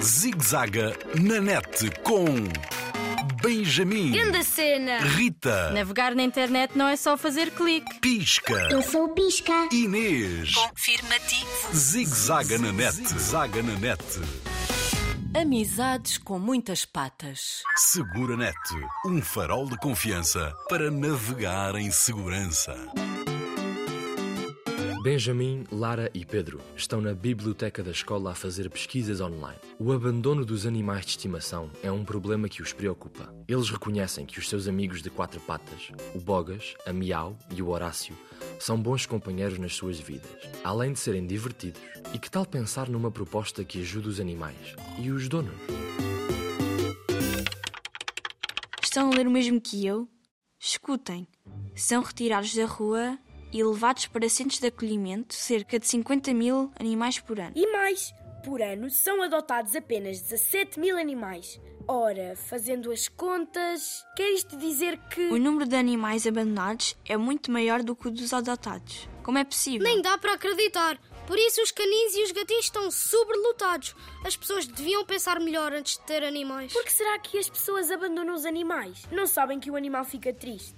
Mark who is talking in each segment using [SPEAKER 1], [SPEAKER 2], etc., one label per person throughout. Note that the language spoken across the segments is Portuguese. [SPEAKER 1] Zigzaga na net com Benjamin,
[SPEAKER 2] Grande cena!
[SPEAKER 1] Rita,
[SPEAKER 3] Navegar na internet não é só fazer clique.
[SPEAKER 1] Pisca,
[SPEAKER 4] Eu sou o Pisca.
[SPEAKER 1] Inês.
[SPEAKER 5] Confirmativo.
[SPEAKER 1] Zigzaga na net, zaga na net.
[SPEAKER 5] Amizades com muitas patas.
[SPEAKER 1] Segura net, um farol de confiança para navegar em segurança.
[SPEAKER 6] Benjamin, Lara e Pedro estão na biblioteca da escola a fazer pesquisas online. O abandono dos animais de estimação é um problema que os preocupa. Eles reconhecem que os seus amigos de quatro patas, o Bogas, a Miau e o Horácio, são bons companheiros nas suas vidas, além de serem divertidos. E que tal pensar numa proposta que ajude os animais e os donos?
[SPEAKER 7] Estão a ler o mesmo que eu? Escutem. São retirados da rua e levados para centros de acolhimento cerca de 50 mil animais por ano.
[SPEAKER 8] E mais, por ano são adotados apenas 17 mil animais. Ora, fazendo as contas, quer isto dizer que.
[SPEAKER 7] O número de animais abandonados é muito maior do que o dos adotados. Como é possível?
[SPEAKER 2] Nem dá para acreditar. Por isso, os caninos e os gatinhos estão sobrelotados. As pessoas deviam pensar melhor antes de ter animais.
[SPEAKER 8] Por que será que as pessoas abandonam os animais? Não sabem que o animal fica triste.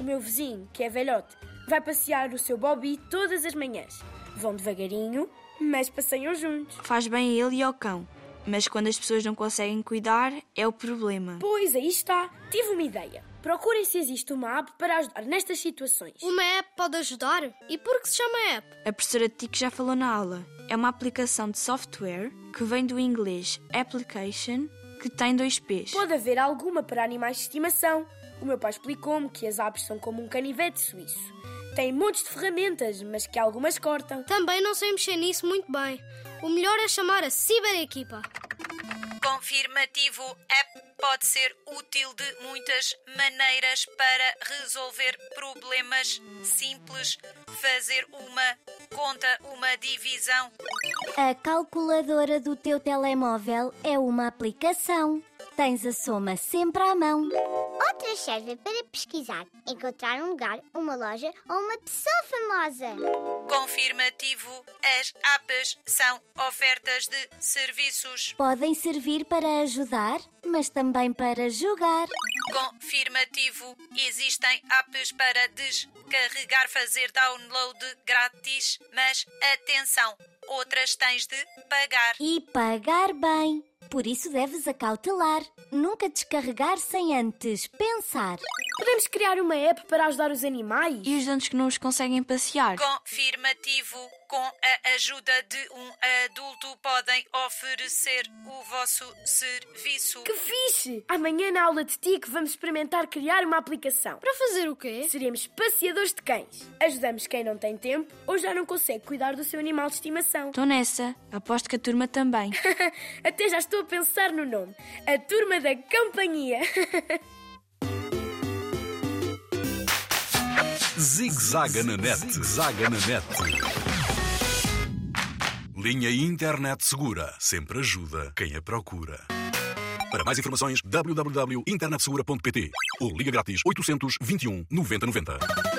[SPEAKER 8] O meu vizinho, que é velhote, vai passear o seu Bobby todas as manhãs. Vão devagarinho, mas passeiam juntos.
[SPEAKER 7] Faz bem a ele e ao cão. Mas quando as pessoas não conseguem cuidar, é o problema.
[SPEAKER 8] Pois aí está, tive uma ideia. Procurem se existe uma app para ajudar nestas situações.
[SPEAKER 2] Uma app pode ajudar? E por que se chama app?
[SPEAKER 7] A professora Tico já falou na aula. É uma aplicação de software que vem do inglês application, que tem dois P's.
[SPEAKER 8] Pode haver alguma para animais de estimação. O meu pai explicou-me que as aves são como um canivete suíço. Têm montes de ferramentas, mas que algumas cortam.
[SPEAKER 2] Também não sei mexer nisso muito bem. O melhor é chamar a ciberequipa.
[SPEAKER 5] Confirmativo. App pode ser útil de muitas maneiras para resolver problemas simples, fazer uma conta, uma divisão.
[SPEAKER 4] A calculadora do teu telemóvel é uma aplicação. Tens a soma sempre à mão.
[SPEAKER 9] Outra serve para pesquisar, encontrar um lugar, uma loja ou uma pessoa famosa.
[SPEAKER 5] Confirmativo. As apps são ofertas de serviços.
[SPEAKER 4] Podem servir para ajudar, mas também para julgar.
[SPEAKER 5] Confirmativo. Existem apps para descarregar, fazer download grátis, mas atenção, outras tens de pagar.
[SPEAKER 4] E pagar bem. Por isso deves acautelar. Nunca descarregar sem antes pensar.
[SPEAKER 8] Podemos criar uma app para ajudar os animais?
[SPEAKER 7] E os donos que não os conseguem passear?
[SPEAKER 5] Confirmativo. Com a ajuda de um adulto, podem oferecer o vosso serviço.
[SPEAKER 8] Que fixe! Amanhã na aula de TIC vamos experimentar criar uma aplicação.
[SPEAKER 2] Para fazer o quê?
[SPEAKER 8] Seremos passeadores de cães. Ajudamos quem não tem tempo ou já não consegue cuidar do seu animal de estimação.
[SPEAKER 7] Estou nessa. Aposto que a turma também.
[SPEAKER 8] Até já estou a pensar no nome. A turma da campanha.
[SPEAKER 1] Zigzaga na net, zaga na net. Linha Internet Segura sempre ajuda quem a procura. Para mais um informações, www.internetsegura.pt ou liga grátis 821 9090.